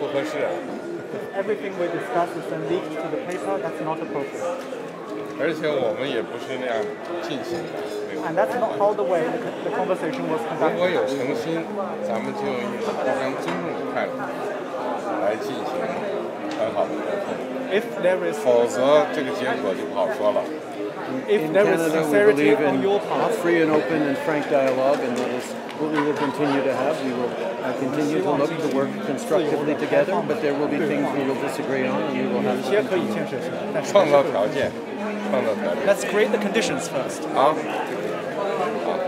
合适。 Everything we discuss is then leaked to the paper. That's not appropriate. 而且我们也不是那样进行的，没有。 And that's not how the way the, the conversation was 如果 conducted. 有诚心，咱们就用一种互相尊重的态度来进行很好的沟通， If there is 否则这个结果就不好说了。 if there is sincerity on your part, free and open and frank dialogue, and that is what we will continue to have. We will uh, continue to look to work constructively together, but there will be things we will disagree on, and we will have 有 to 些可以现实但是创造条件，创造条件 Let's create the conditions first. 啊！好。